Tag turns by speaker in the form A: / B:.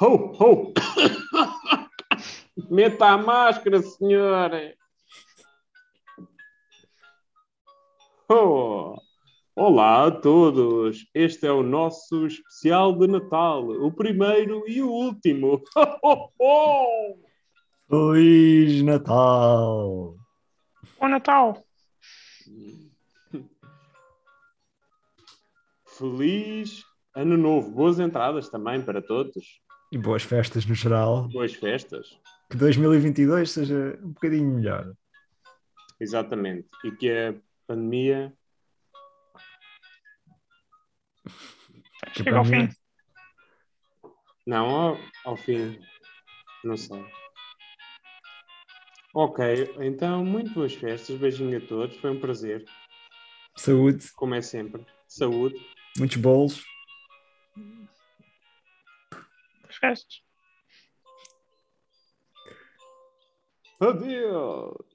A: Ho, ho! Meta a máscara, senhora! Ho! Olá a todos! Este é o nosso especial de Natal, o primeiro e o último! Ho, ho, ho!
B: Feliz Natal!
C: Bom Natal!
A: Feliz Ano Novo! Boas entradas também para todos!
B: E boas festas no geral.
A: Boas festas!
B: Que 2022 seja um bocadinho melhor.
A: Exatamente. E que a pandemia
B: Que
C: Chega
B: para
C: ao fim.
B: mim-
A: Não, ao, ao fim. Não sei. Ok, então, muito boas festas. Beijinho a todos. Foi um prazer,
B: Saúde,
A: como é sempre. Saúde.
B: muitos bolos.
C: As festas.
A: Adeus!